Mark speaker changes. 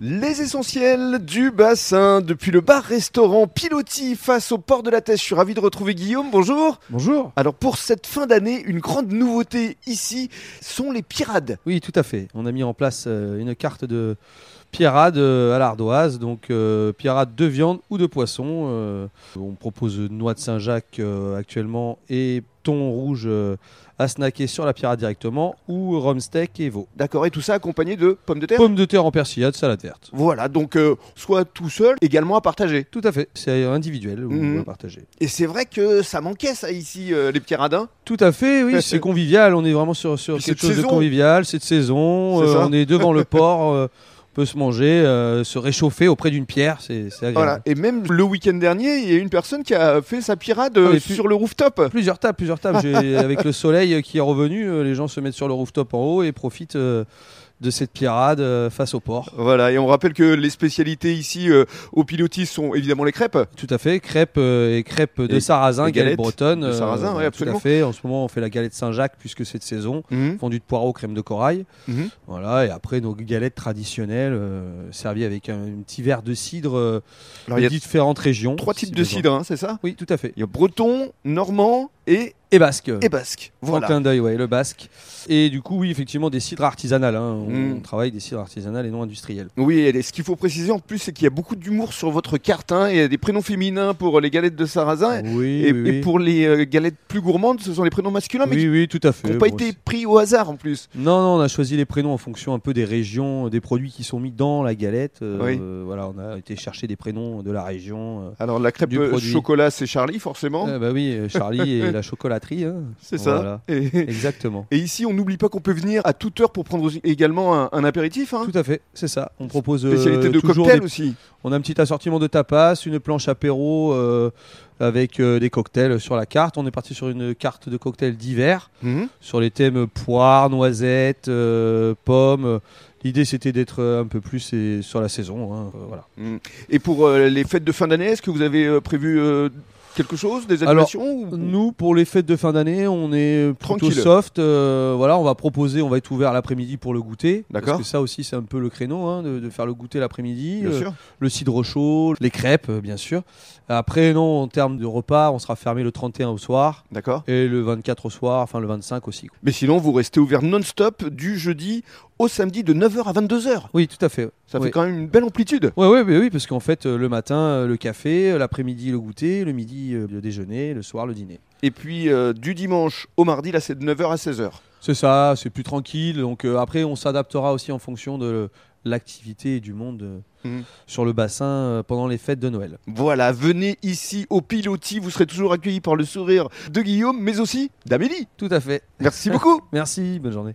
Speaker 1: Les essentiels du bassin, depuis le bar-restaurant Piloti face au port de la Tèche. Je suis ravi de retrouver Guillaume, bonjour.
Speaker 2: Bonjour.
Speaker 1: Alors pour cette fin d'année, une grande nouveauté ici sont les pirades.
Speaker 2: Oui, tout à fait. On a mis en place euh, une carte de pirade euh, à l'ardoise, donc euh, pirade de viande ou de poisson. Euh, on propose noix de Saint-Jacques euh, actuellement et thon rouge euh, à snacker sur la pirade directement ou rhum steak et veau.
Speaker 1: D'accord, et tout ça accompagné de pommes de terre
Speaker 2: Pommes de terre en persillade, salade verte.
Speaker 1: Voilà, donc euh, soit tout seul, également à partager.
Speaker 2: Tout à fait, c'est individuel ou
Speaker 1: Mhm.
Speaker 2: à partager.
Speaker 1: Et c'est vrai que ça manquait ça ici, euh, les petits radins.
Speaker 2: Tout à fait, oui, c'est convivial. On est vraiment sur, sur
Speaker 1: Puis
Speaker 2: quelque
Speaker 1: c'est de
Speaker 2: chose de
Speaker 1: saison.
Speaker 2: convivial. C'est de saison.
Speaker 1: C'est
Speaker 2: euh,
Speaker 1: ça.
Speaker 2: on est devant le port. euh, on peut se manger, euh, se réchauffer auprès d'une pierre. C'est c'est agréable.
Speaker 1: Voilà, et même le week-end dernier, il y a une personne qui a fait sa pirade
Speaker 2: Ah,
Speaker 1: euh,
Speaker 2: mais puis-
Speaker 1: sur le rooftop.
Speaker 2: Ah, Plusieurs tables, plusieurs tables. J'ai- avec le soleil euh, qui est revenu, euh, les gens se mettent sur le rooftop en haut et profitent euh, de cette pirade euh, face au port.
Speaker 1: Voilà, et on rappelle que les spécialités ici euh, au Piloti sont évidemment les crêpes.
Speaker 2: Tout à fait, crêpes euh, et crêpes de
Speaker 1: Et-
Speaker 2: sarrasin,
Speaker 1: et
Speaker 2: galette
Speaker 1: galettes
Speaker 2: bretonne. euh,
Speaker 1: de sarrasin, ouais,
Speaker 2: tout à
Speaker 1: absolument.
Speaker 2: fait. En ce moment, on fait la galette Saint-Jacques puisque c'est de saison.
Speaker 1: Mmh.
Speaker 2: Fondue de poireaux, crème de corail.
Speaker 1: Mhm.
Speaker 2: Voilà, et après nos galettes traditionnelles euh, servies avec un, un petit verre de cidre euh,
Speaker 1: Alors, il
Speaker 2: de
Speaker 1: y a
Speaker 2: différentes régions.
Speaker 1: trois
Speaker 2: si
Speaker 1: types de
Speaker 2: besoin.
Speaker 1: cidre, hein, c'est ça
Speaker 2: Oui, tout à fait.
Speaker 1: Il y a breton, normand et,
Speaker 2: Et basque.
Speaker 1: et basque.
Speaker 2: Voilà.
Speaker 1: Voilà.
Speaker 2: d'œil, ouais, le basque. Et du coup, oui, effectivement, des cidres artisanales. hein. On,
Speaker 1: Mm.
Speaker 2: on travaille des cidres artisanales et non industriels.
Speaker 1: Oui, et ce qu'il faut préciser en plus, c'est qu'il y a beaucoup d'humour sur votre carte. hein, et il y a des prénoms féminins pour euh, les galettes de sarrasin.
Speaker 2: Ah oui,
Speaker 1: et,
Speaker 2: oui,
Speaker 1: et
Speaker 2: oui.
Speaker 1: pour les euh, galettes plus gourmandes, ce sont les prénoms masculins, mais
Speaker 2: oui, oui, tout à fait.
Speaker 1: qui n'ont pas
Speaker 2: Bon,
Speaker 1: été
Speaker 2: c'est-
Speaker 1: pris au hasard en plus.
Speaker 2: Non, non, on a choisi les prénoms en fonction un peu des régions, des produits qui sont mis dans la galette. Euh,
Speaker 1: Oui.
Speaker 2: euh, Voilà, on a été chercher des prénoms de la région.
Speaker 1: Alors la crêpe
Speaker 2: Du
Speaker 1: euh,
Speaker 2: produit.
Speaker 1: chocolat, c'est Charlie forcément,
Speaker 2: Euh, bah oui, euh, Charlie et la chocolaterie. hein.
Speaker 1: c'est ça.
Speaker 2: Voilà,
Speaker 1: Et,
Speaker 2: exactement.
Speaker 1: et ici, on n'oublie pas qu'on peut venir à toute heure pour prendre aussi- également un, un apéritif. hein.
Speaker 2: Tout à fait, c'est ça. On propose euh,
Speaker 1: Spécialité de
Speaker 2: toujours
Speaker 1: cocktail
Speaker 2: des-
Speaker 1: aussi.
Speaker 2: On a un petit assortiment de tapas, une planche apéro euh, avec euh, des cocktails sur la carte. On est parti sur une carte de cocktails d'hiver.
Speaker 1: Mhm.
Speaker 2: sur les thèmes poire, noisettes, euh, pommes. L'idée c'était d'être euh, un peu plus euh, sur la saison. hein, euh, voilà.
Speaker 1: Et pour euh, les fêtes de fin d'année, est-ce que vous avez euh, prévu euh, quelque chose, des
Speaker 2: Alors,
Speaker 1: animations ou-
Speaker 2: Nous pour les fêtes de fin d'année, on est plutôt
Speaker 1: Tranquille.
Speaker 2: soft. euh, voilà, on va proposer, on va être ouvert l'après-midi pour le goûter.
Speaker 1: D'accord.
Speaker 2: Parce que ça aussi c'est un peu le créneau hein, de, de faire le goûter l'après-midi.
Speaker 1: Bien
Speaker 2: euh,
Speaker 1: sûr.
Speaker 2: le cidre chaud, les crêpes euh, bien sûr. Après non, en termes de repas, on sera fermé le 31 au soir
Speaker 1: D'accord.
Speaker 2: et le 24 au soir, enfin le 25 aussi. quoi.
Speaker 1: Mais sinon, vous restez ouvert non-stop du jeudi au samedi de 9h à 22h.
Speaker 2: Oui, tout à fait.
Speaker 1: Ça
Speaker 2: Oui.
Speaker 1: fait quand même une belle amplitude.
Speaker 2: Ouais, ouais, mais oui, parce qu'en fait, euh, le matin, euh, le café, euh, l'après-midi, le goûter, le midi, euh, le déjeuner, le soir, le dîner.
Speaker 1: Et puis euh, du dimanche au mardi, là, c'est de 9h à 16h.
Speaker 2: C'est ça, c'est plus tranquille. Donc euh, après, on s'adaptera aussi en fonction de l'activité et du monde euh,
Speaker 1: Mhm.
Speaker 2: sur le bassin euh, pendant les fêtes de Noël.
Speaker 1: Voilà, venez ici au Piloti, vous serez toujours accueillis par le sourire de Guillaume, mais aussi d'Amélie.
Speaker 2: Tout à fait.
Speaker 1: Merci beaucoup.
Speaker 2: Merci, bonne journée.